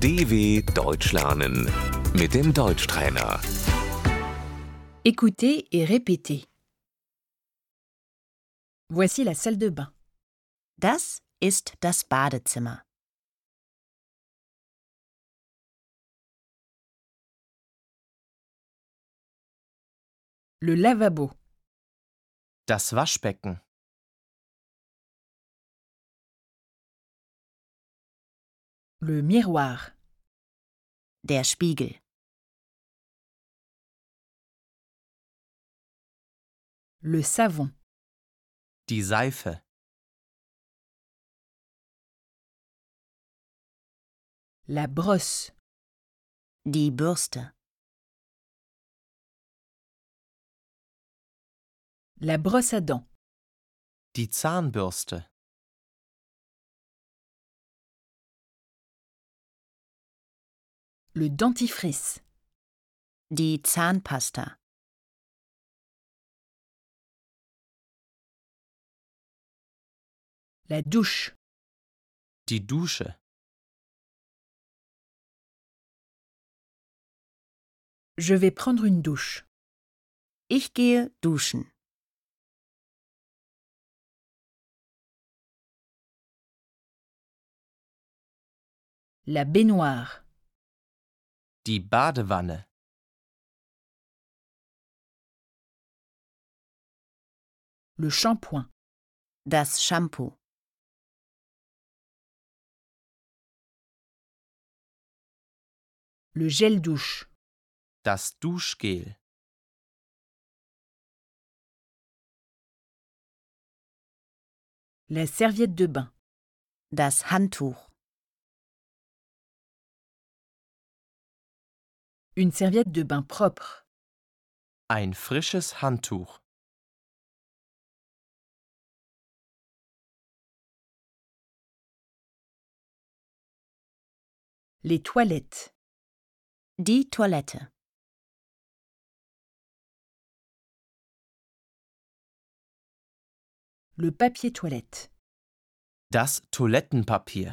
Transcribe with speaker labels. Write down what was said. Speaker 1: DW Deutsch lernen mit dem Deutschtrainer.
Speaker 2: Écoutez et répétez. Voici la salle de bain.
Speaker 3: Das ist das Badezimmer.
Speaker 2: Le lavabo,
Speaker 4: Das Waschbecken,
Speaker 2: le miroir,
Speaker 3: Der Spiegel.
Speaker 2: le savon,
Speaker 4: die Seife,
Speaker 2: la brosse,
Speaker 3: Die Bürste.
Speaker 2: la brosse à dents,
Speaker 4: die Zahnbürste,
Speaker 2: le dentifrice,
Speaker 3: Die Zahnpasta.
Speaker 2: la douche,
Speaker 4: die Dusche,
Speaker 2: je vais prendre une douche,
Speaker 3: Ich gehe duschen.
Speaker 2: la baignoire,
Speaker 4: die Badewanne,
Speaker 2: le shampoing,
Speaker 3: Das Shampoo.
Speaker 2: le gel douche,
Speaker 4: das Duschgel,
Speaker 2: la serviette de bain,
Speaker 3: Das Handtuch.
Speaker 2: une serviette de bain propre,
Speaker 4: ein frisches Handtuch,
Speaker 2: les toilettes,
Speaker 3: Die Toilette.
Speaker 2: le papier toilette,
Speaker 4: das Toilettenpapier,